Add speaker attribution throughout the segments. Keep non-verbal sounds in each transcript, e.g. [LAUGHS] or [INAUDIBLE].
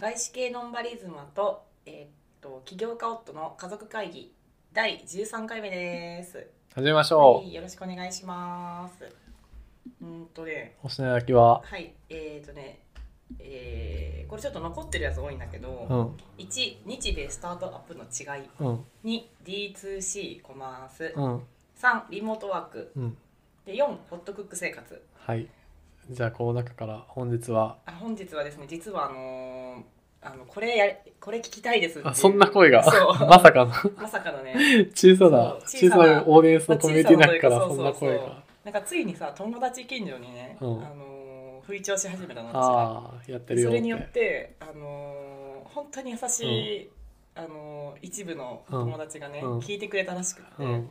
Speaker 1: 外資系ノンバリズマと,、えーっと起業家夫の家族会議第13回目です、
Speaker 2: 始めまし
Speaker 1: は
Speaker 2: ょう。
Speaker 1: い、よろしくお願いしますうんとね
Speaker 2: おすね焼きは。
Speaker 1: はいえーっとねえーこれちょっと残ってるやつ多いんだけど、
Speaker 2: うん、
Speaker 1: 1日米スタートアップの違い
Speaker 2: うん、
Speaker 1: 2D2C コマース、
Speaker 2: うん、
Speaker 1: 3リモートワーク
Speaker 2: うん。
Speaker 1: で4ホットクック生活
Speaker 2: はい。じゃあ、この中から本日は、
Speaker 1: あ本日はですね実はあのーあのこれやこれ聞きたいですっていう
Speaker 2: あ、そんな声が [LAUGHS]
Speaker 1: そう、
Speaker 2: まさかの
Speaker 1: まさかのね
Speaker 2: 小さな、
Speaker 1: そう小
Speaker 2: 小
Speaker 1: さ
Speaker 2: さ
Speaker 1: な
Speaker 2: なオーディエンスのコミュニティの中か
Speaker 1: まあ
Speaker 2: ら
Speaker 1: 小
Speaker 2: そ
Speaker 1: さな
Speaker 2: んな
Speaker 1: 声
Speaker 2: 声
Speaker 1: がそうそうそう
Speaker 2: が。
Speaker 1: なんかついにさ友達近所にね、
Speaker 2: うん
Speaker 1: あのー、吹聴し始めたの私が
Speaker 2: ああ、やってるよ
Speaker 1: そ
Speaker 2: っ。
Speaker 1: れによっててあのー、本当に優しい、あのー、一部の友達がね、
Speaker 2: うん
Speaker 1: 聞いてくれたらしくって、
Speaker 2: うん、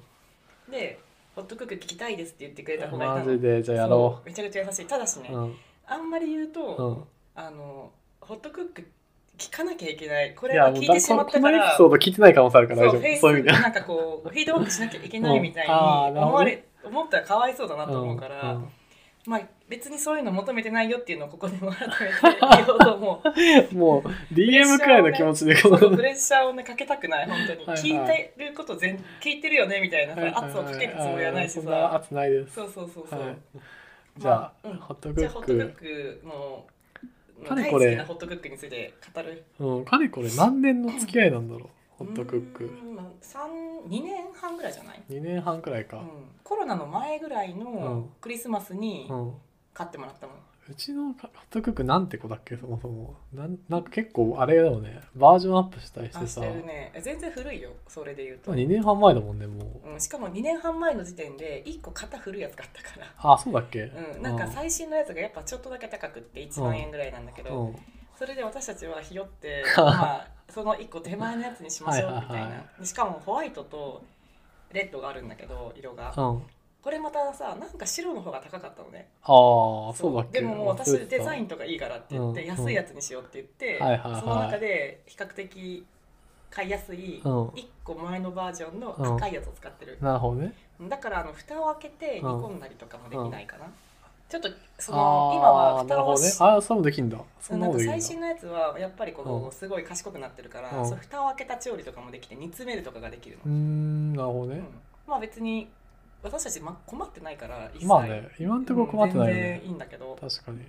Speaker 1: で「ホットクック聞きたいです」って言ってくれた子がいた
Speaker 2: マ
Speaker 1: の
Speaker 2: ジで、じゃあやろ
Speaker 1: そうめちゃくちゃ優しいただしね、
Speaker 2: う。うん、
Speaker 1: あんまり言うと、
Speaker 2: うん。
Speaker 1: あのーホットクック聞かなきゃいけないこ
Speaker 2: い
Speaker 1: れ
Speaker 2: や、
Speaker 1: は
Speaker 2: もう
Speaker 1: 聞い
Speaker 2: だ
Speaker 1: てし
Speaker 2: こ
Speaker 1: ま
Speaker 2: の
Speaker 1: っ
Speaker 2: こ
Speaker 1: た
Speaker 2: の
Speaker 1: か
Speaker 2: エ
Speaker 1: ら
Speaker 2: ピソード聞いてない可能性あるから大
Speaker 1: そう、
Speaker 2: 丈
Speaker 1: フェイ
Speaker 2: 夫。
Speaker 1: ス
Speaker 2: そういう意味で。
Speaker 1: なんかこう、フィードバックしなきゃいけないみたいに
Speaker 2: うんあーなるほど
Speaker 1: 思われ、思ったらかわいそうだなと思うから、
Speaker 2: うん
Speaker 1: まあ別にそういうの求めてないよっていうのをここでも改めて
Speaker 2: [LAUGHS]
Speaker 1: 言おうと思う。
Speaker 2: うんもう、DM くらいの気持ちで、こ
Speaker 1: ちょっと
Speaker 2: の
Speaker 1: プ、レッシャーをね、かけたくない、本当に。
Speaker 2: はいはい
Speaker 1: 聞いてること全、聞いてるよねみたいなさ、圧をかけるつもりはないし
Speaker 2: そんな
Speaker 1: さ。
Speaker 2: 圧ないです。
Speaker 1: そうそうそうそう。
Speaker 2: はいじゃ
Speaker 1: まあ
Speaker 2: あ、
Speaker 1: うん
Speaker 2: ホットク
Speaker 1: じゃあ、ホットク
Speaker 2: ッ
Speaker 1: ッ
Speaker 2: ク。
Speaker 1: クの、
Speaker 2: かれ
Speaker 1: 大
Speaker 2: こ
Speaker 1: 好
Speaker 2: れ
Speaker 1: きなホットクックについて語る。
Speaker 2: うん、かれこれ何年の付き合いなんだろう、ホットクッ
Speaker 1: う
Speaker 2: ク。
Speaker 1: ーんまあ三2年半ぐらいじゃない
Speaker 2: 2年半くらいか。
Speaker 1: うんコロナの前ぐらいうの
Speaker 2: ん
Speaker 1: クリスマスに
Speaker 2: うん。う
Speaker 1: 買ってもらったもん、
Speaker 2: ちのホットクックなんて子だっけ、そもそも。なんなんか結構あれだよね、バージョンアップしたりし
Speaker 1: あ
Speaker 2: て
Speaker 1: し
Speaker 2: さ。
Speaker 1: てるね全然古いよそれで言うと、
Speaker 2: 2年半前だもんね、もう。
Speaker 1: うん、しかも2年半前の時点で1個型古いやつ買ったから
Speaker 2: あ、そうだっけ。
Speaker 1: うん、なんか最新のやつがやっぱちょっとだけ高くって1万円ぐらいなんだけ
Speaker 2: う
Speaker 1: ど、
Speaker 2: ん。うん
Speaker 1: それで私たちはひよって
Speaker 2: [LAUGHS]
Speaker 1: まあその1個手前のやつにしましょうみたいな
Speaker 2: はいはいは
Speaker 1: しかもホワイトとレッドがあるんだけど色が、
Speaker 2: うん。
Speaker 1: これまたさなんか白の方が高かったのね
Speaker 2: ああ、そうだっけ。
Speaker 1: でももう私
Speaker 2: 忘れて
Speaker 1: デ
Speaker 2: た
Speaker 1: ザインとかいいからって言って、
Speaker 2: うん
Speaker 1: 安いやつにしようって言って、
Speaker 2: はいはいはい
Speaker 1: その中で比較的買いやすい
Speaker 2: うん
Speaker 1: 1個前のバージョンの高いやつを使ってる、
Speaker 2: なるほどね。
Speaker 1: だからあの蓋を開けて煮込んだりとかもできないかな、ちょっとそ
Speaker 2: あ
Speaker 1: の
Speaker 2: ー
Speaker 1: 今は
Speaker 2: なる
Speaker 1: 蓋
Speaker 2: ほ
Speaker 1: を
Speaker 2: どね
Speaker 1: し。
Speaker 2: ああ、そうもできんだ。そんな
Speaker 1: なん
Speaker 2: こと
Speaker 1: か
Speaker 2: できんだ。
Speaker 1: 最新のやつはやっぱりこ
Speaker 2: う
Speaker 1: の
Speaker 2: ん
Speaker 1: すごい賢くなってるから、
Speaker 2: うん
Speaker 1: そう蓋を開けた調理とかもできて煮詰めるとかができる
Speaker 2: うー
Speaker 1: の、
Speaker 2: ん、なるほど
Speaker 1: う
Speaker 2: ね
Speaker 1: ん。まあ別に私たちま困ってないから一切
Speaker 2: まあね、今んところ困ってないよ
Speaker 1: うん全
Speaker 2: ね
Speaker 1: 然い。いんだけど
Speaker 2: 確かに。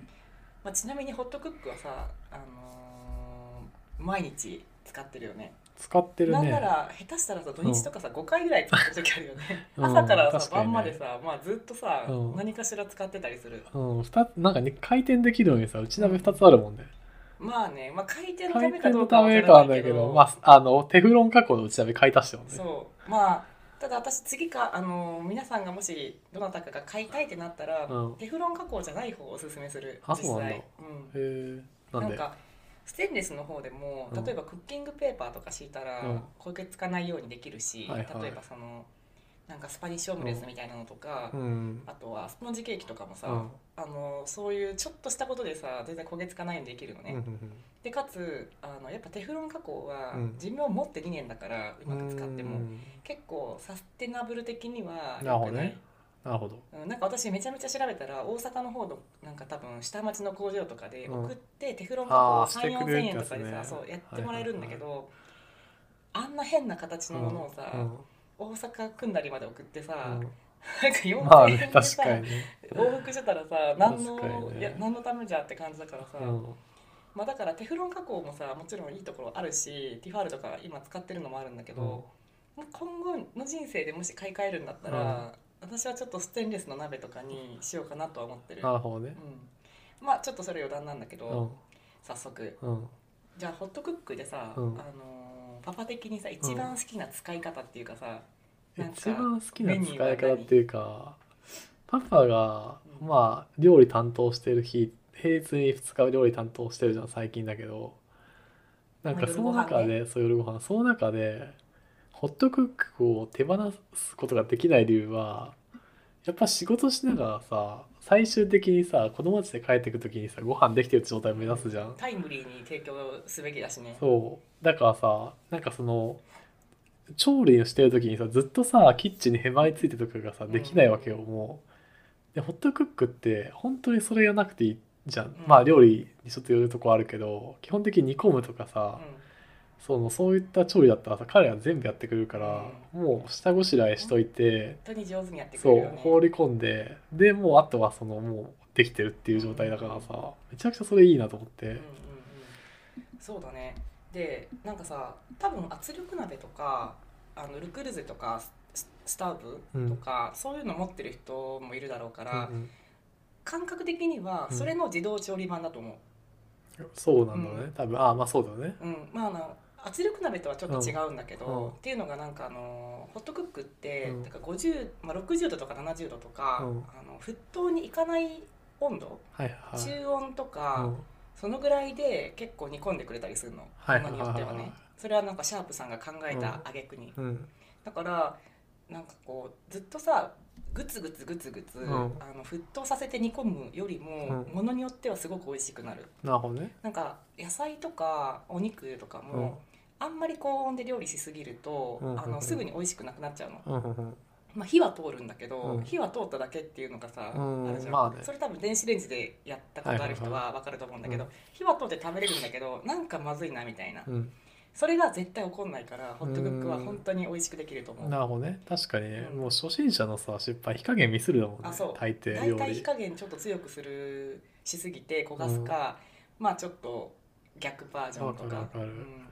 Speaker 1: まあ、ちなみにホットクックはさ、あのー毎日使ってるよね
Speaker 2: 使ってる
Speaker 1: なん
Speaker 2: ね。
Speaker 1: なら下手したらさ土日とかさ、5回ぐらい使ってる時あるよね
Speaker 2: うん
Speaker 1: 朝からさ、
Speaker 2: 確かにね
Speaker 1: 晩までさ、まあ、ずっとさ、
Speaker 2: うん
Speaker 1: 何かしら使ってたりする
Speaker 2: うん、二つ、なんかね、回転できるようにさ、うち鍋二つあるもんね。
Speaker 1: まあね、まあ、回転のた
Speaker 2: 回
Speaker 1: めか
Speaker 2: 転
Speaker 1: ど
Speaker 2: の
Speaker 1: うか
Speaker 2: た
Speaker 1: は分
Speaker 2: めか
Speaker 1: から
Speaker 2: は
Speaker 1: な
Speaker 2: だ
Speaker 1: い
Speaker 2: け
Speaker 1: け
Speaker 2: ど、
Speaker 1: ど
Speaker 2: まあ、あの、テフロン加工のうち鍋買い足したよね。
Speaker 1: そうまあただ私次か、あのー皆さんがもしどなたかが買いたいってなったら、
Speaker 2: うん
Speaker 1: テフロン加工じゃない方をおすすめする
Speaker 2: あそうなん
Speaker 1: うん
Speaker 2: だへえ、な
Speaker 1: なんん
Speaker 2: で。
Speaker 1: かステンレスの方でも
Speaker 2: うん
Speaker 1: 例えばクッキングペーパーとか敷いたら
Speaker 2: うん
Speaker 1: 焦げつかないようにできるし、
Speaker 2: はいはい
Speaker 1: 例えばそのなんかスパニッシュオムレツみたいなのとか、
Speaker 2: うん。
Speaker 1: あとはスポンジケーキとかもさ、
Speaker 2: うん
Speaker 1: あのそういうちょっとしたことでさ全然焦げつかないようにできるの
Speaker 2: う
Speaker 1: ね、
Speaker 2: んうん
Speaker 1: でかつあのやっぱテフロン加工は
Speaker 2: うん
Speaker 1: 寿命持って2年だからう
Speaker 2: う
Speaker 1: ま
Speaker 2: ん
Speaker 1: く使って
Speaker 2: う
Speaker 1: も
Speaker 2: ん
Speaker 1: 結構サステナブル的には
Speaker 2: なるほど
Speaker 1: 良くない
Speaker 2: ね。なるほど。
Speaker 1: うんなんか私めちゃめちゃ調べたら大阪の方のなんか多分下町の工場とかで
Speaker 2: うん
Speaker 1: 送ってテフロン加工を
Speaker 2: あーして
Speaker 1: 3 4
Speaker 2: く
Speaker 1: 千
Speaker 2: れ
Speaker 1: 円
Speaker 2: る
Speaker 1: と
Speaker 2: やつ
Speaker 1: か
Speaker 2: ね
Speaker 1: でさそうやってもらえるんだけどあんな変な形のものをさ
Speaker 2: うん
Speaker 1: 大阪組んだりまで送ってさなん
Speaker 2: うん
Speaker 1: か4
Speaker 2: まあ
Speaker 1: 千円、
Speaker 2: ね
Speaker 1: で
Speaker 2: 確
Speaker 1: さ
Speaker 2: かにね。
Speaker 1: 往復してたらさ何
Speaker 2: 確かに
Speaker 1: の
Speaker 2: ね
Speaker 1: いや何のためじゃって感じだからさ
Speaker 2: うん
Speaker 1: まあだからテフロン加工もさもちろんいいところあるしティファールとか今使ってるのもあるんだけど
Speaker 2: うん
Speaker 1: もう今後の人生でもし買い替えるんだったら、私はちょっとステンレスの鍋とかにしようかなとは思ってる、う、
Speaker 2: なんるほどね。
Speaker 1: まあちょっとそれ余談なんだけど、
Speaker 2: うん。
Speaker 1: 早速
Speaker 2: うん。
Speaker 1: じゃあホットクックでさ、
Speaker 2: う
Speaker 1: あ
Speaker 2: ん
Speaker 1: のーパパ的にさ一番好きな使い方っていうかさ、なんか
Speaker 2: 一番好きな使い方っていうか、パパが、まあ、料理担当してる日、平日に2日料理担当してるじゃん、最近だけど。なんかその中
Speaker 1: まあ夜ご飯
Speaker 2: で、そう夜ご飯、その中で、ホットクックを手放すことができない理由は、やっぱ仕事しながらさ、最終的にさ、子供たちで帰ってく時にさ、ご飯できてる状態を目指すじゃん。
Speaker 1: タイムリーに提供すべきだしね
Speaker 2: そうだからさなんかその調理をしてる時にさずっとさキッチンにへばりついてとかがさ
Speaker 1: うん
Speaker 2: できないわけよ、もうでホットクックって本当にそれがなくていじゃん、
Speaker 1: ん
Speaker 2: まあ料理にちょっとよるとこあるけど基本的に煮込むとかさ、
Speaker 1: う
Speaker 2: そのそういった調理だったらさ彼は全部やってくれるから、もう下ごしらえしといて
Speaker 1: ん、、本当に上手にやってく
Speaker 2: そ
Speaker 1: れるよ
Speaker 2: う
Speaker 1: ね
Speaker 2: 放り込んででもうあとはそのもうできてるっていう状態だからさ、めちゃくちゃそれいいなと思って、
Speaker 1: うんうんうん、そうだねでなんかさ多分圧力鍋とかあのルクルゼとかススターブとか、そういうの持ってる人もいるだろうから、
Speaker 2: うん
Speaker 1: 感覚的には
Speaker 2: うん
Speaker 1: それの自動調理版だと思う、
Speaker 2: うんそうなんだろうね、
Speaker 1: うん
Speaker 2: 多分ああまあそうだよね
Speaker 1: うん、まああの圧力鍋とはちょっと違うんだけど、
Speaker 2: うんうん
Speaker 1: っていうのがなんかあのホットクックって、
Speaker 2: うん
Speaker 1: なんか50、まあ、60度とか70度とか、
Speaker 2: うん
Speaker 1: あの沸騰にいかない温度、
Speaker 2: はいはい
Speaker 1: 中温とか、
Speaker 2: うん
Speaker 1: そのぐらいで結構煮込んでくれたりするの、
Speaker 2: はい
Speaker 1: ものによっては
Speaker 2: はいはいはい
Speaker 1: ねそれはなんかシャープさんが考えた挙句に、
Speaker 2: うん
Speaker 1: だからなんかこうずっとさグツグツグツグツ、
Speaker 2: ん
Speaker 1: あの沸騰させて煮込むよりも、
Speaker 2: うん
Speaker 1: ものによってはすごく美味しくなる
Speaker 2: なるほどね、
Speaker 1: なんか野菜とかお肉とか
Speaker 2: うんうん
Speaker 1: も、あんまり高温で料理しすぎると、
Speaker 2: うん
Speaker 1: あのすぐに美味しくなくなっちゃうの、
Speaker 2: うん
Speaker 1: まあ、火は通るんだけど、
Speaker 2: うん
Speaker 1: 火は通っただけっていうのがさ、
Speaker 2: うん
Speaker 1: あるじゃん、
Speaker 2: まあね
Speaker 1: それ多分電子レンジでやったことある人は分かると思うんだけど、
Speaker 2: うん
Speaker 1: 火は通って食べれるんだけどなんかまずいなみたいな、
Speaker 2: うん
Speaker 1: それが絶対起こんないからホットクックは本当に美味しくできると思
Speaker 2: う
Speaker 1: う、
Speaker 2: んなるほどね確かにね、
Speaker 1: うん
Speaker 2: もう初心者のさ失敗火加減ミスるだもんね
Speaker 1: あそう
Speaker 2: 大抵
Speaker 1: 大
Speaker 2: 料
Speaker 1: 体
Speaker 2: 理
Speaker 1: 火加減ちょっと強くするしすぎて焦がすか、まあちょっと逆バージョンと
Speaker 2: わかる
Speaker 1: か
Speaker 2: わかる
Speaker 1: うん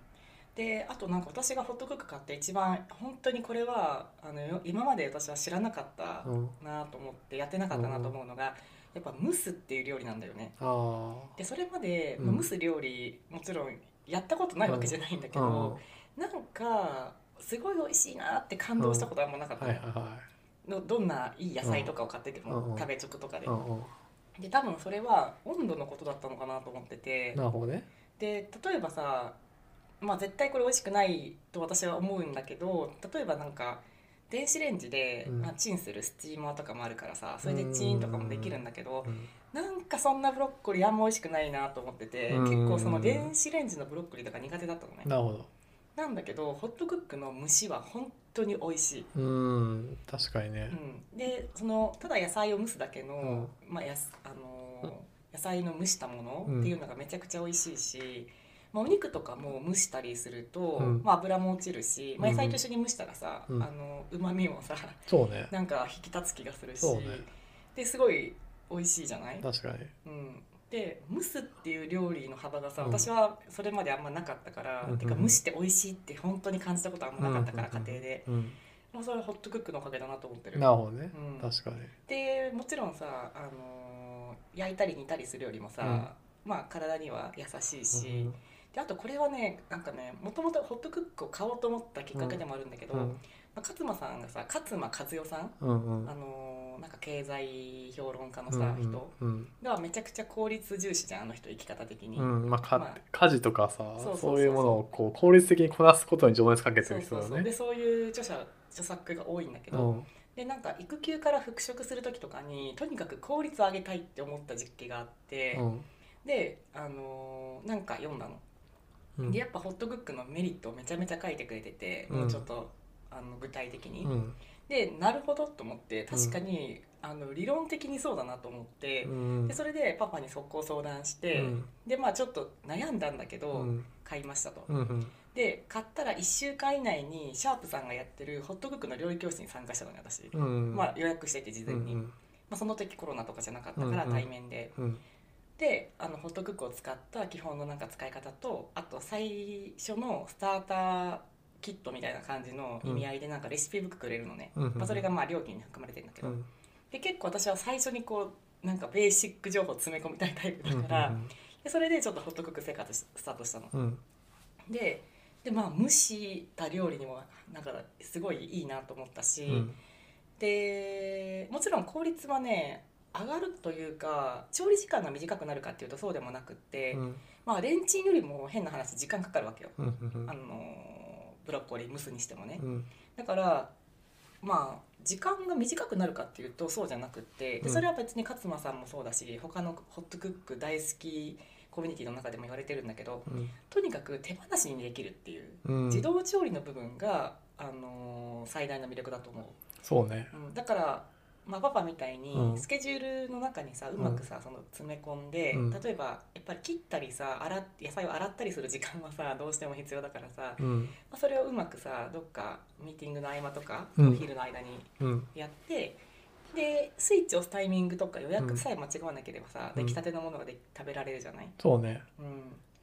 Speaker 1: であとなんか私がホットクック買って一番本当にこれはあのよ今まで私は知らなかった
Speaker 2: うん、
Speaker 1: なと思ってやってなかったなと思うのが、やっぱ蒸すっていう料理なんだよね
Speaker 2: あー
Speaker 1: でそれまで、
Speaker 2: うん
Speaker 1: まあ蒸す料理もちろんやったことないわけじゃないんだけど、
Speaker 2: うん
Speaker 1: なんかすごい美味しいなって感動したことはもうなかった
Speaker 2: はい
Speaker 1: の、
Speaker 2: はいは
Speaker 1: のどんないい野菜とかを買ってても、
Speaker 2: うん
Speaker 1: 食べ直とかで、
Speaker 2: い、うんうん、
Speaker 1: で多分それは温度のことだったのかなと思ってて
Speaker 2: なるほどね
Speaker 1: で例えばさまあ絶対これ美味しくないと私は思うんだけど例えばなんか電子レンジで、
Speaker 2: うん
Speaker 1: まあ、チンするスチーマーとかもあるからさそれでチーンとかもできるんだけど、
Speaker 2: うん
Speaker 1: なんかそんなブロッコリーあんま美味しくないなと思ってて、
Speaker 2: うん
Speaker 1: 結構その電子レンジのブロッコリーとか苦手だったのね
Speaker 2: なるほど
Speaker 1: なんだけどホットクックの蒸しは本当に美味しい、
Speaker 2: うん確かにね
Speaker 1: うん、でそのただ野菜を蒸すだけの、まあやすあのー野菜の蒸したものっていうのがめちゃくちゃ美味しいし、まあ、お肉とかも蒸したりすると、
Speaker 2: うん
Speaker 1: まあ、油も落ちるし、まあ、
Speaker 2: うん
Speaker 1: 野菜と一緒に蒸したらさ
Speaker 2: うん
Speaker 1: うまみもさ
Speaker 2: そうね
Speaker 1: なんか引き立つ気がするし、
Speaker 2: そうね
Speaker 1: ですごい美味しいじゃない
Speaker 2: 確かに
Speaker 1: うん、で蒸すっていう料理の幅がさ、
Speaker 2: うん
Speaker 1: 私はそれまであんまなかったから、
Speaker 2: うんうん
Speaker 1: てか蒸して美味しいって本当に感じたことあんまなかったから、
Speaker 2: うんうんうん
Speaker 1: 家庭で
Speaker 2: うん
Speaker 1: もうそれはホットクックのおかげだなと思ってる
Speaker 2: なるほどね
Speaker 1: うん
Speaker 2: 確かに
Speaker 1: でもちろんさ、あのー焼いたり煮たりするよりもさ、まあ体には優しいし、
Speaker 2: うん
Speaker 1: であとこれはねなんかねもともとホットクックを買おうと思ったきっかけでもあるんだけど、
Speaker 2: うん
Speaker 1: まあ、勝間さんがさ勝間和代さん、
Speaker 2: うんうん
Speaker 1: あのーなんか経済評論家の
Speaker 2: うん
Speaker 1: さ、
Speaker 2: うん
Speaker 1: 人
Speaker 2: うん
Speaker 1: がめちゃくちゃ効率重視じゃんあの人生き方的に。
Speaker 2: うんまあか
Speaker 1: まあ
Speaker 2: 家事とかさ
Speaker 1: そうそうそう
Speaker 2: そういうものをこう効率的にこなすことに情熱かけて
Speaker 1: そう
Speaker 2: る人
Speaker 1: そう
Speaker 2: だ
Speaker 1: そう
Speaker 2: ね
Speaker 1: でそういう著者著作が多いんだけ
Speaker 2: う
Speaker 1: ど、
Speaker 2: ん
Speaker 1: でなんか育休から復職する時とかにとにかく効率を上げたいって思った時期があって、
Speaker 2: うん
Speaker 1: で、あのーなんか読んだの、
Speaker 2: うん
Speaker 1: でやっぱホットクックのメリットをめちゃめちゃ書いてくれてて、
Speaker 2: うん
Speaker 1: もうちょっとあの具体的に、
Speaker 2: うん
Speaker 1: でなるほどと思って確かに、あの理論的にそうだなと思って、
Speaker 2: うん
Speaker 1: でそれでパパに速攻相談して、
Speaker 2: うん
Speaker 1: でまあちょっと悩んだんだけど、
Speaker 2: うん
Speaker 1: 買いましたと。
Speaker 2: うんうん
Speaker 1: で買ったら1週間以内にシャープさんがやってるホットクックの料理教室に参加したのね私、
Speaker 2: うん
Speaker 1: まあ、予約してて事
Speaker 2: う
Speaker 1: 前
Speaker 2: ん
Speaker 1: に、
Speaker 2: う
Speaker 1: ま
Speaker 2: ん
Speaker 1: あ、その時コロナとかじゃなかったから
Speaker 2: うんうん
Speaker 1: 対面で、
Speaker 2: うん
Speaker 1: であのホットクックを使った基本のなんか使い方とあと最初のスターターキットみたいな感じの意味合いでなんかレシピブックくれるのね、
Speaker 2: うんうん
Speaker 1: まあ、それがまあ料金に含まれてるんだけ
Speaker 2: う
Speaker 1: ど、
Speaker 2: ん
Speaker 1: で結構私は最初にこうなんかベーシック情報を詰め込みたいタイプだから、でそれでちょっとホットクック生活しスタートしたの。
Speaker 2: うんうん
Speaker 1: ででまあ蒸した料理にもなんかすごいいいなと思ったし、
Speaker 2: うん
Speaker 1: でもちろん効率はね上がるというか調理時間が短くなるかっていうとそうでもなくって、
Speaker 2: うん
Speaker 1: まあレンチンよりも変な話時間かかるわけよ、
Speaker 2: うんうん
Speaker 1: あのブロッコリー蒸すにしてもね、
Speaker 2: うん
Speaker 1: だからまあ時間が短くなるかっていうとそうじゃなくって
Speaker 2: う
Speaker 1: で
Speaker 2: ん
Speaker 1: それは別に勝間さんもそうだし他のホットクック大好きコミュニティの中でも言われてるんだけど
Speaker 2: うん
Speaker 1: とにかく手放しにできるっていう
Speaker 2: うん
Speaker 1: 自動調理の部分が、あのー最大の魅力だと思
Speaker 2: そうね
Speaker 1: う、うん、だからまあ、パパみたいに
Speaker 2: うん
Speaker 1: スケジュールの中にさうまくさその詰め込んで、
Speaker 2: うん
Speaker 1: 例えばやっぱり切ったりさ洗っ野菜を洗ったりする時間はさどうしても必要だからさ、
Speaker 2: うん
Speaker 1: まあ、それをうまくさどっかミーティングの合間とか、
Speaker 2: うん
Speaker 1: お昼の間に
Speaker 2: うん
Speaker 1: やってでスイッチを押すタイミングとか予
Speaker 2: うん
Speaker 1: 約さえ間違わなければさ、
Speaker 2: うん
Speaker 1: 出来たてのものがで食べられるじゃない、
Speaker 2: そうね
Speaker 1: うん、
Speaker 2: い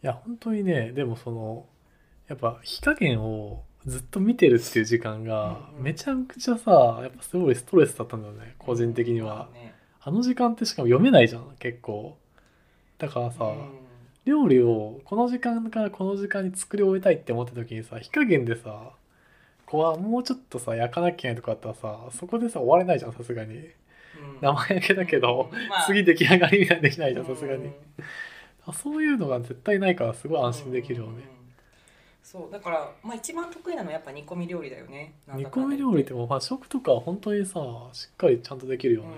Speaker 2: や本当にねでもそのやっぱ火加減をずっと見てるっていう時間が
Speaker 1: うんうん
Speaker 2: めちゃくちゃさやっぱすごいストレスだったんだよね個人的には
Speaker 1: そうね
Speaker 2: あの時間ってしかも読めないじゃん結構だからさ、
Speaker 1: う
Speaker 2: 料理をこの時間からこの時間に作り終えたいって思った時にさ火加減でさこうはもうちょっとさ焼かなきゃいけないとかあったらさそこでさ終われないじゃんさすがに
Speaker 1: んうん
Speaker 2: 生焼けだけど、
Speaker 1: うんまあ
Speaker 2: 次出来上がりみたいなのできないじゃんさすが
Speaker 1: う
Speaker 2: に
Speaker 1: ん
Speaker 2: あそういうのが絶対ないからすごい安心できるよ
Speaker 1: うんうんう
Speaker 2: ね
Speaker 1: んそうだから、まあ、一番得意なのはやっぱ煮込み料理だよねなん
Speaker 2: 煮
Speaker 1: だかん
Speaker 2: 込
Speaker 1: だ
Speaker 2: み
Speaker 1: 言
Speaker 2: 料理ってもう和食とかは本当にさしっかりちゃんとできるよ
Speaker 1: う
Speaker 2: ね、
Speaker 1: ん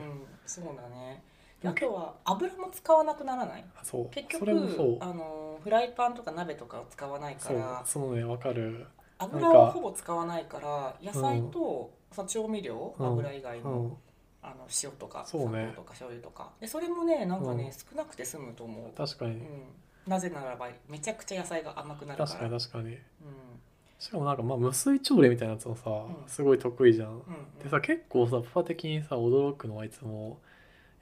Speaker 1: そうだねで
Speaker 2: で
Speaker 1: あ
Speaker 2: もけ
Speaker 1: とは油も使わなくならない
Speaker 2: あそう
Speaker 1: 結
Speaker 2: それも
Speaker 1: 局
Speaker 2: そう
Speaker 1: あのフライパンとか鍋とかを使わないか
Speaker 2: そう
Speaker 1: ら
Speaker 2: そのねわかる
Speaker 1: 油をほぼ使わないから野菜と、その調味料
Speaker 2: うん
Speaker 1: 油以外
Speaker 2: う
Speaker 1: の,、
Speaker 2: ん
Speaker 1: あの塩とか
Speaker 2: そうね
Speaker 1: 砂糖とか醤油とかでそれもねなんかね、
Speaker 2: うん
Speaker 1: 少なくて済むと思
Speaker 2: 確か
Speaker 1: う、う
Speaker 2: に
Speaker 1: ん、なぜならばめちゃくちゃ野菜が甘くなるから
Speaker 2: 確かに確かに
Speaker 1: う
Speaker 2: しかもなんかまあ無水調理みたいなやつもさ、
Speaker 1: ん
Speaker 2: すごい得意じゃ
Speaker 1: ん
Speaker 2: ん。
Speaker 1: うんうん
Speaker 2: でさ結構さパパ的にさ驚くのはいつも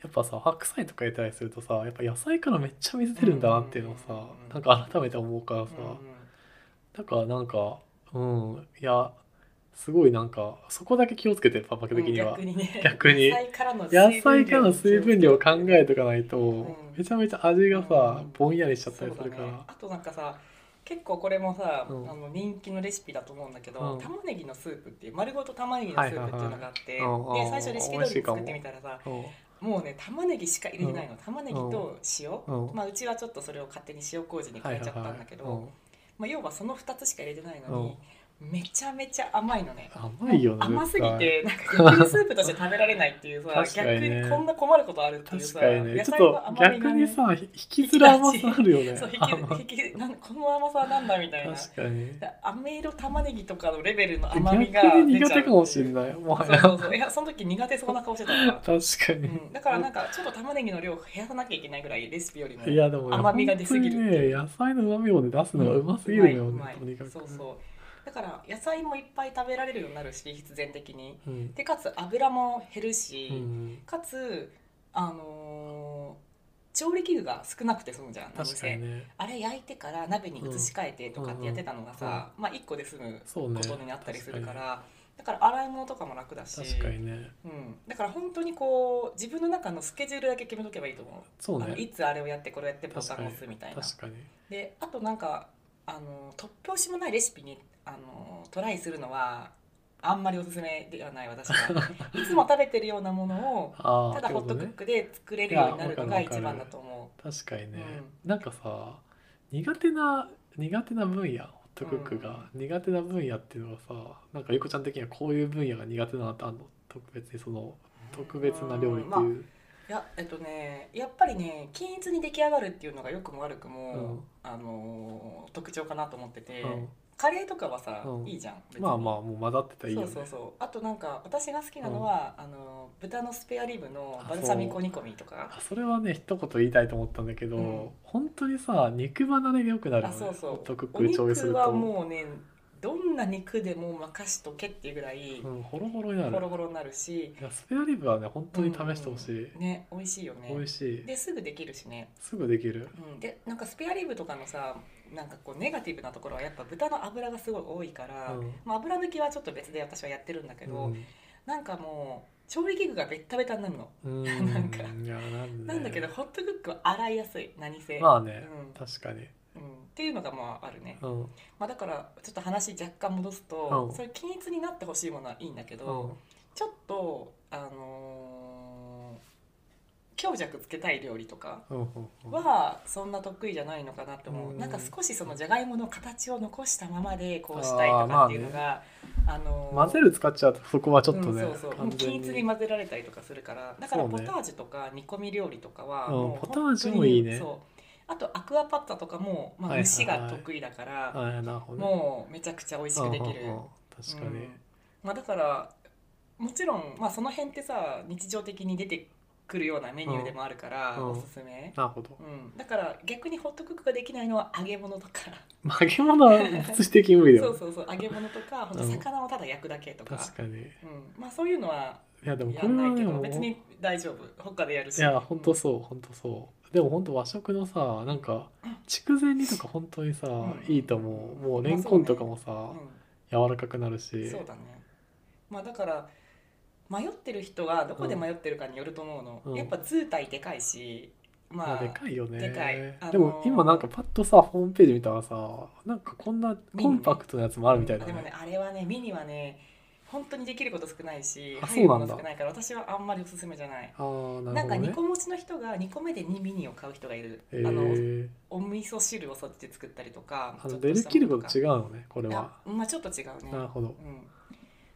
Speaker 2: やっぱさ白菜とか入れたりするとさやっぱ野菜からめっちゃ水出るんだなっていうのを
Speaker 1: うんう
Speaker 2: さ
Speaker 1: んうん
Speaker 2: なんか改めて思うからさ、
Speaker 1: うんうん
Speaker 2: だからなんかうんいやすごいなんかそこだけ気をつけてるパパ的には
Speaker 1: 逆にね
Speaker 2: 逆に
Speaker 1: 野菜からの
Speaker 2: 野菜からの水分量を考え
Speaker 1: て
Speaker 2: とかないと、
Speaker 1: ん
Speaker 2: めちゃめちゃ味がさ、
Speaker 1: うん
Speaker 2: ぼんやりしちゃったりするか
Speaker 1: ね
Speaker 2: ら、
Speaker 1: あとなんかさ結構これもさ、
Speaker 2: うん
Speaker 1: あの人気のレシピだと思うんだけど、
Speaker 2: うん
Speaker 1: 玉ねぎのスープっていう丸ごと玉ねぎのスープっていうのがあって、
Speaker 2: はいはいはいうんうん
Speaker 1: で最初レシピ通りに作ってみたらさ
Speaker 2: うん
Speaker 1: もうね玉ねぎしか入れてないの、玉ねぎと塩、
Speaker 2: うん
Speaker 1: まあ、うちはちょっとそれを勝手に塩麹に変えちゃったんだけど、
Speaker 2: はいはいはいうん
Speaker 1: まあ、要はその2つしか入れてないのに、めちゃめちゃ甘いのね
Speaker 2: 甘いよね
Speaker 1: 甘すぎ
Speaker 2: 絶対
Speaker 1: てなんか逆にスープとして食べられないって
Speaker 2: [LAUGHS]
Speaker 1: いうさ
Speaker 2: 確かにね
Speaker 1: 逆にこんな困ることあるっていう
Speaker 2: 確
Speaker 1: さ
Speaker 2: かにね
Speaker 1: 野
Speaker 2: ちょ
Speaker 1: 菜の
Speaker 2: っと
Speaker 1: 甘み
Speaker 2: 逆
Speaker 1: が
Speaker 2: に
Speaker 1: ね
Speaker 2: さ引きずる甘さあるよ
Speaker 1: [LAUGHS]
Speaker 2: ね
Speaker 1: そう
Speaker 2: 甘
Speaker 1: 引き引きなんこの甘さなんだみたいな
Speaker 2: [LAUGHS] 確かに
Speaker 1: 飴色玉ねぎとかのレベルの甘
Speaker 2: 逆
Speaker 1: みが
Speaker 2: に苦手かもしれ
Speaker 1: い
Speaker 2: ないもは
Speaker 1: そう
Speaker 2: や
Speaker 1: そうそういやその時苦手そうな顔してた
Speaker 2: [LAUGHS]
Speaker 1: から、
Speaker 2: 確か
Speaker 1: う
Speaker 2: に、
Speaker 1: ん、だからなんかちょっと玉ねぎの量を減らさなきゃいけないぐらいレシピよりも
Speaker 2: いやでもね
Speaker 1: 甘みが出すぎる
Speaker 2: 本当にね野菜のうまみをね出すのがうますぎるよ
Speaker 1: う
Speaker 2: ね
Speaker 1: まいうまい
Speaker 2: とにかく
Speaker 1: そうそうだから野菜もいっぱい食べられるようになるし必然的に
Speaker 2: うん
Speaker 1: でかつ油も減るし、
Speaker 2: うん
Speaker 1: かつあのー調理器具が少なくて済むじゃん
Speaker 2: 確かに
Speaker 1: なんせ
Speaker 2: ね
Speaker 1: あれ焼いてから鍋に移し替えてとかってやってたのがさ、まあ1個で済む
Speaker 2: そうね
Speaker 1: ことになったりするから、だから洗い物とかも楽だし
Speaker 2: 確かにね
Speaker 1: うん、だから本当にこう自分の中のスケジュールだけ決めとけばいいと思
Speaker 2: そう
Speaker 1: う、あのい
Speaker 2: ね
Speaker 1: つあれをやってこれをやってボタンを押すみたいな
Speaker 2: 確かに
Speaker 1: であとなんかあの突拍子もないレシピにあのトライするのはあんまりおすすめではない私
Speaker 2: [LAUGHS]
Speaker 1: はいつも食べてるようなものを
Speaker 2: ああ
Speaker 1: ただホットクックで作れるようになるのが一番だと思
Speaker 2: 確かにね、
Speaker 1: う
Speaker 2: なんかさ苦手な苦手な分野ホットクックが、苦手な分野っていうのがさなんかゆこちゃん的にはこういう分野が苦手なのってあんの特別にその
Speaker 1: う
Speaker 2: 特別な料理っていう、
Speaker 1: まあいやえっとねやっぱりね均一に出来上がるっていうのが良くも悪くも、
Speaker 2: うん
Speaker 1: あのー特徴かなと思ってて、
Speaker 2: うん
Speaker 1: カレーとかはさ、
Speaker 2: うん
Speaker 1: いいじゃん別に
Speaker 2: まあまあもう混ざってたらいいよ
Speaker 1: そう
Speaker 2: ね
Speaker 1: そうそうあとなんか私が好きなのは、あのー豚のスペアリブのバルサミコ煮込みとか
Speaker 2: あそれはね一言言いたいと思ったんだけど、
Speaker 1: うん
Speaker 2: 本当にさ肉離れが良くなるよ
Speaker 1: あ
Speaker 2: ね
Speaker 1: そうそ
Speaker 2: ホットク
Speaker 1: う
Speaker 2: ッ
Speaker 1: お
Speaker 2: クで調理す
Speaker 1: 肉
Speaker 2: る
Speaker 1: は
Speaker 2: と
Speaker 1: もうねどんな肉でも任しとけっていうぐらい
Speaker 2: うん、ホロホロになる
Speaker 1: ゴロゴロになるし、
Speaker 2: いやスペアリブはね本当に試してほしい、
Speaker 1: うんね美味しいよね
Speaker 2: 美味しい
Speaker 1: ですぐできるしね
Speaker 2: すぐできる
Speaker 1: うん、でなんかスペアリブとかのさなんかこうネガティブなところはやっぱ豚の脂がすごい多いから、
Speaker 2: うん
Speaker 1: まあ、油抜きはちょっと別で私はやってるんだけど、
Speaker 2: うん
Speaker 1: なんかもう調理器具がベッタベタになるの、
Speaker 2: うん
Speaker 1: [LAUGHS] なんか
Speaker 2: いやなん,、
Speaker 1: なんだけどホットクックは洗いやすい何せ、
Speaker 2: まあね、
Speaker 1: うん
Speaker 2: 確かに、
Speaker 1: うん、っていうのがまああるね、
Speaker 2: うん
Speaker 1: まあ、だからちょっと話若干戻すと、
Speaker 2: うん
Speaker 1: それ均一になってほしいものはいいんだけど、ちょっとあのー強弱つけたい料理とか、
Speaker 2: うんうんうん
Speaker 1: はそんな得意じゃないのかなと思う、
Speaker 2: うん
Speaker 1: なんか少しそのじゃがいもの形を残したままでこうしたいとかっていうのがあ、の
Speaker 2: 混ぜ
Speaker 1: る
Speaker 2: る使っちゃうとそこはちょっとね、
Speaker 1: うん、そうそうもう
Speaker 2: 完全
Speaker 1: 均
Speaker 2: に
Speaker 1: 一に混ぜられたりとかするからだから
Speaker 2: そう
Speaker 1: ポ
Speaker 2: ね
Speaker 1: タージュとか煮込み料理とかは
Speaker 2: うん
Speaker 1: もう
Speaker 2: ポタージュもいい
Speaker 1: 本
Speaker 2: ね
Speaker 1: 当にそうあとアクアパッツァとかも、ま
Speaker 2: は
Speaker 1: あ、
Speaker 2: いはい
Speaker 1: 蒸しが得意だから、
Speaker 2: あなるほどね
Speaker 1: もうめちゃくちゃ美味しくできる、
Speaker 2: うんうんうん確かに、
Speaker 1: うんまあ、だからもちろん、まあ、その辺ってさ日常的に出てくるようなメニューでもあるから、
Speaker 2: うんうん
Speaker 1: おすすめ、
Speaker 2: なるほど
Speaker 1: うん、だから逆にホットクックができないのは揚げ物とか
Speaker 2: [LAUGHS] 揚げ物は物理的に無理だ
Speaker 1: そう
Speaker 2: よ
Speaker 1: そうそう揚げ物とかほんと
Speaker 2: うん
Speaker 1: 魚をただ焼くだけとか
Speaker 2: 確かにい
Speaker 1: うん、まあそういうのは
Speaker 2: やでも
Speaker 1: や
Speaker 2: これ
Speaker 1: んな
Speaker 2: はい
Speaker 1: け
Speaker 2: ね
Speaker 1: ど
Speaker 2: もう
Speaker 1: 別に大丈夫他でやるし
Speaker 2: いや本当そう本当そうでも本当和食のさなんか筑前煮とか本当にさ、
Speaker 1: ん
Speaker 2: いいと思うもう
Speaker 1: まあ
Speaker 2: レンコンとか
Speaker 1: そうね
Speaker 2: もさ、
Speaker 1: うん、
Speaker 2: 柔らかくなるし
Speaker 1: そうだねまあだから迷ってる人はどこで迷ってるかによると思うの、
Speaker 2: うん
Speaker 1: やっぱ図体でかいしま
Speaker 2: ま
Speaker 1: あ
Speaker 2: あでかいよね
Speaker 1: でかいあのー
Speaker 2: でも今なんかパッとさホームページ見たらさなんかこんなコンパクトなやつもあるみたいだ
Speaker 1: でもね
Speaker 2: ね
Speaker 1: あれはねミニはね本当にできること少ないし
Speaker 2: あ
Speaker 1: 入る
Speaker 2: そ
Speaker 1: も
Speaker 2: うなん
Speaker 1: の
Speaker 2: だ
Speaker 1: 少ないから私はあんまりおすすめじゃない
Speaker 2: あー
Speaker 1: な,、
Speaker 2: なる
Speaker 1: ん
Speaker 2: ほ
Speaker 1: か
Speaker 2: どね
Speaker 1: 2個持ちの人が2個目で2ミニを買う人がいる、
Speaker 2: えー
Speaker 1: あ
Speaker 2: あ
Speaker 1: の
Speaker 2: の
Speaker 1: お味噌汁をそっちで作ったりとかちょっ
Speaker 2: 出る
Speaker 1: した
Speaker 2: 切る
Speaker 1: も
Speaker 2: こ
Speaker 1: の
Speaker 2: と違うのねこれ
Speaker 1: いや
Speaker 2: は
Speaker 1: まあちょっと違うね
Speaker 2: なるほど
Speaker 1: うん、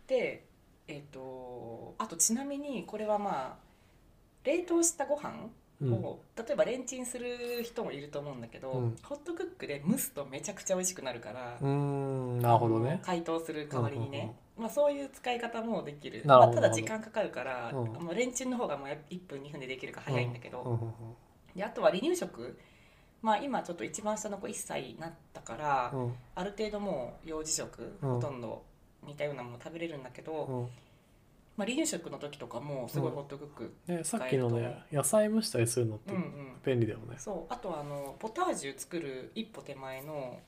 Speaker 1: でえっ、とあとちなみにこれはまあ冷凍したご飯
Speaker 2: うん
Speaker 1: を、例えばレンチンする人もいると思うんだけど、
Speaker 2: うん
Speaker 1: ホットクックで蒸すとめちゃくちゃ美味しくなるから、
Speaker 2: うーんなるほどね
Speaker 1: 解凍する代わりにね、
Speaker 2: うんうんうん
Speaker 1: まあ、そういう使い方もできる
Speaker 2: なる
Speaker 1: ま
Speaker 2: ほ
Speaker 1: あ、
Speaker 2: ど
Speaker 1: ただ時間かかるから、
Speaker 2: うん
Speaker 1: もうレンチンの方がもう1分2分でできるから早いんだけど、
Speaker 2: うんうんうん
Speaker 1: であとは離乳食まあ今ちょっと一番下の子1歳になったから、
Speaker 2: うん
Speaker 1: ある程度もう幼児食、
Speaker 2: うん
Speaker 1: ほとんど似たようなもの食べれるんだけど、
Speaker 2: うん
Speaker 1: まあ、離乳食の時とかもすごい
Speaker 2: うん
Speaker 1: ホットクック、
Speaker 2: ねさっ
Speaker 1: 使
Speaker 2: き
Speaker 1: える
Speaker 2: の
Speaker 1: と
Speaker 2: ね野菜蒸したりするのって
Speaker 1: うんうん
Speaker 2: 便利だよね
Speaker 1: そうあとはあのポタージュ作る一歩手前の、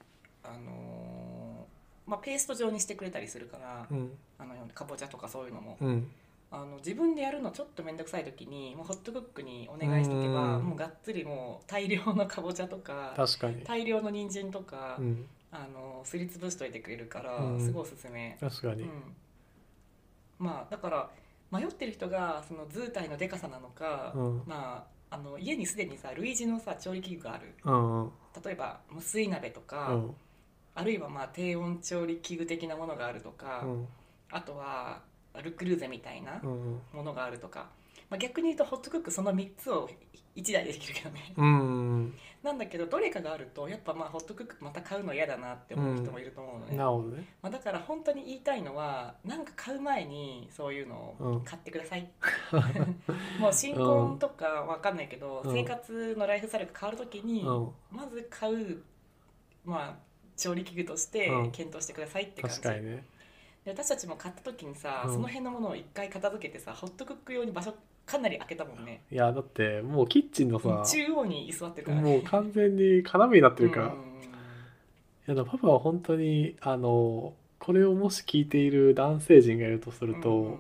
Speaker 1: あのーまあ、ペースト状にしてくれたりするから、
Speaker 2: うん
Speaker 1: あのかぼちゃとかそういうのも、
Speaker 2: うん
Speaker 1: あの自分でやるのちょっと面倒くさい時にもうホットクックにお願いしとけば
Speaker 2: うん
Speaker 1: もうがっつりもう大量のかぼちゃとか
Speaker 2: 確かに
Speaker 1: 大量の人参とか、
Speaker 2: うん
Speaker 1: あのすりつぶしといてくれるから、
Speaker 2: うん
Speaker 1: すごいおすすめ。
Speaker 2: 確か
Speaker 1: う
Speaker 2: に
Speaker 1: ん、まあだから迷ってる人がその図体のでかさなのか、
Speaker 2: うん
Speaker 1: まああの家にすでにさ類似のさ調理器具がある
Speaker 2: うんうん
Speaker 1: 例えば無水鍋とか、
Speaker 2: うん
Speaker 1: あるいはまあ低温調理器具的なものがあるとか、
Speaker 2: うん
Speaker 1: あとはルクルーゼみたいな
Speaker 2: うん
Speaker 1: ものがあるとか、まあ、逆に言うとホットクックその3つを1台でできるけどね [LAUGHS]
Speaker 2: うん
Speaker 1: なんだけどどれかがあるとやっぱまあホットクックまた買うの嫌だなって思う人もいると思うのね、
Speaker 2: なるほど
Speaker 1: [LAUGHS]
Speaker 2: ね
Speaker 1: まあ、だから本当に言いたいのはなんか買う前にそういうの
Speaker 2: うん
Speaker 1: を買ってください、 [LAUGHS] もう新婚とかわかんないけど、
Speaker 2: うん
Speaker 1: 生活のライフスタイルが変わる時に、
Speaker 2: うん
Speaker 1: まず買う、まあ、調理器具として
Speaker 2: うん
Speaker 1: 検討してくださいって感じ、
Speaker 2: 確かにね
Speaker 1: で私たちも買った時にさ、
Speaker 2: うん
Speaker 1: その辺のものを一回片付けてさホットクック用に場所かなり空けたもんね
Speaker 2: いやだってもうキッチンのさ
Speaker 1: 中央に居座ってるからね
Speaker 2: もう完全に要になってるから、
Speaker 1: うん
Speaker 2: いやだからパパは本当にあのこれをもし聞いている男性陣がいるとすると、
Speaker 1: うんうん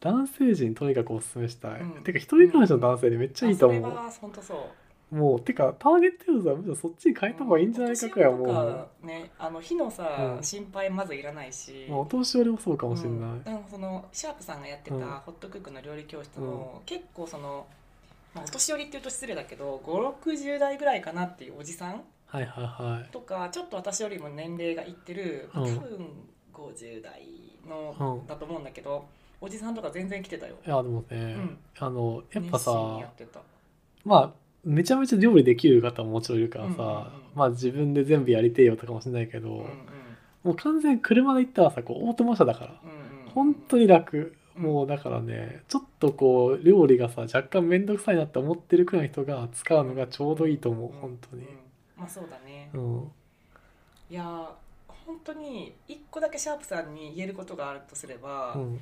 Speaker 2: 男性陣とにかくおすすめしたい、
Speaker 1: うん
Speaker 2: てか一人暮らしの男性でめっちゃいいと思
Speaker 1: あそうれ、は本当そう
Speaker 2: もうてかターゲットユーザーはむしろそっちに変えた方がいいんじゃないかくらいはもう、
Speaker 1: お年寄りとかね、あの火のさ、
Speaker 2: うん
Speaker 1: 心配まずいらないし。
Speaker 2: もうお年寄りもそうかもしれない、
Speaker 1: うんでもそのシャープさんがやってた
Speaker 2: うん
Speaker 1: ホットクックの料理教室の、結構その、まあ、お年寄りっていうと失礼だけど560代ぐらいかなっていうおじさん
Speaker 2: はいはいはい
Speaker 1: とかちょっと私よりも年齢がいってる、
Speaker 2: うん
Speaker 1: 多分50代の、
Speaker 2: うん
Speaker 1: だと思うんだけどおじさんとか全然来てたよ。
Speaker 2: いやでもね、
Speaker 1: うん
Speaker 2: あのやっぱ
Speaker 1: 熱心にや
Speaker 2: さ
Speaker 1: ってた
Speaker 2: まあめちゃめちゃ料理できる方ももちろんいるか
Speaker 1: う
Speaker 2: らさ、
Speaker 1: んうんうん
Speaker 2: まあ自分で全部やりてえよとかもしれないけど、
Speaker 1: うんうん
Speaker 2: もう完全に車で行ったらさこうオートマ車だから
Speaker 1: うんうん
Speaker 2: 本当に楽、
Speaker 1: うん
Speaker 2: もうだからねちょっとこう料理がさ若干面倒くさいなって思ってるくらいの人が使うのがちょうどいいと思う、
Speaker 1: うん
Speaker 2: 本当に
Speaker 1: うん、まあそうだね
Speaker 2: う、ん
Speaker 1: いやー本当に一個だけシャープさんに言えることがあるとすれば、
Speaker 2: うん、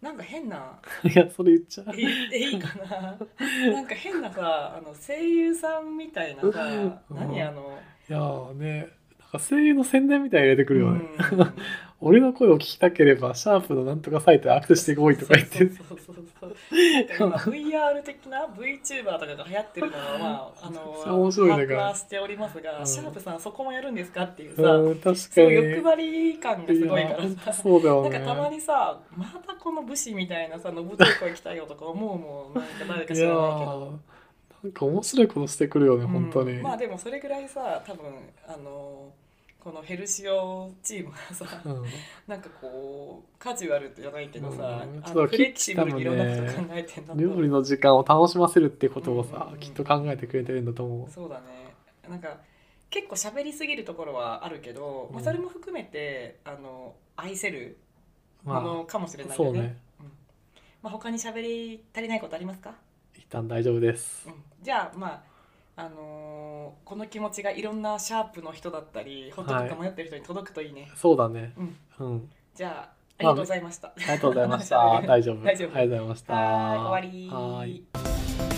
Speaker 1: なんか変な
Speaker 2: いやそれ言っちゃう
Speaker 1: 言っていいか
Speaker 2: [LAUGHS]
Speaker 1: ななんか変なさあの声優さんみたいなさ
Speaker 2: うん
Speaker 1: 何あの、
Speaker 2: いやーねなんか声優の宣伝みたいに入れてくるよね、
Speaker 1: うん
Speaker 2: 俺の声を聞きたければシャープのなんとかサイトへアクセスしてこいとか言って
Speaker 1: そうそうそうそうなんか今 VR 的な VTuber とかが流行ってるのは、まあ、あの
Speaker 2: そう面白いね
Speaker 1: 把握はしておりますが、
Speaker 2: うん
Speaker 1: シャープさんそこもやるんですかっていうさ、
Speaker 2: うん確かに
Speaker 1: すごい欲張り感がすごいか
Speaker 2: いや
Speaker 1: ら
Speaker 2: 本当
Speaker 1: さ
Speaker 2: そうだよ
Speaker 1: な
Speaker 2: ね
Speaker 1: んかたまにさ、またこの武士みたいなさ、のぶとい声来たよとか思うもん、なんか誰か
Speaker 2: い
Speaker 1: 知
Speaker 2: や
Speaker 1: らないけど。
Speaker 2: ーなんか面白いことしてくるよね、本当に、
Speaker 1: うんまあでもそれぐらいさ、多分あのーこのヘルシオチームがさ、 [LAUGHS]
Speaker 2: うん
Speaker 1: なんかこう、カジュアルじゃないけどさ、
Speaker 2: うん
Speaker 1: あ
Speaker 2: ちょっと
Speaker 1: のフレキシブルにいろんなこと
Speaker 2: 切った
Speaker 1: 考
Speaker 2: の
Speaker 1: えてんだと
Speaker 2: 料理の時間を楽しませるってことを
Speaker 1: うん
Speaker 2: さ
Speaker 1: う、んうん
Speaker 2: きっと考えてくれてるんだと思
Speaker 1: そうだね。なんか結構喋りすぎるところはあるけど、ま
Speaker 2: う
Speaker 1: あ、
Speaker 2: ん
Speaker 1: それも含めてあの愛せる
Speaker 2: う。
Speaker 1: も
Speaker 2: ま
Speaker 1: のかもしれ
Speaker 2: あ、
Speaker 1: ない
Speaker 2: そ
Speaker 1: よ
Speaker 2: う
Speaker 1: ね。
Speaker 2: ね。
Speaker 1: うんまあ、他に喋り足りないことありますか、
Speaker 2: 一旦大丈夫です
Speaker 1: うん、じゃあまあ、あのーこの気持ちがいろんなシャープの人だったりホットクック迷ってる人に届くといいね、
Speaker 2: そうだね
Speaker 1: うん、
Speaker 2: うん
Speaker 1: じゃあありがとうございました、
Speaker 2: ありがとうございました大丈
Speaker 1: [LAUGHS]
Speaker 2: 夫
Speaker 1: 大丈夫
Speaker 2: ありがとうございました
Speaker 1: はーい終わり
Speaker 2: はーい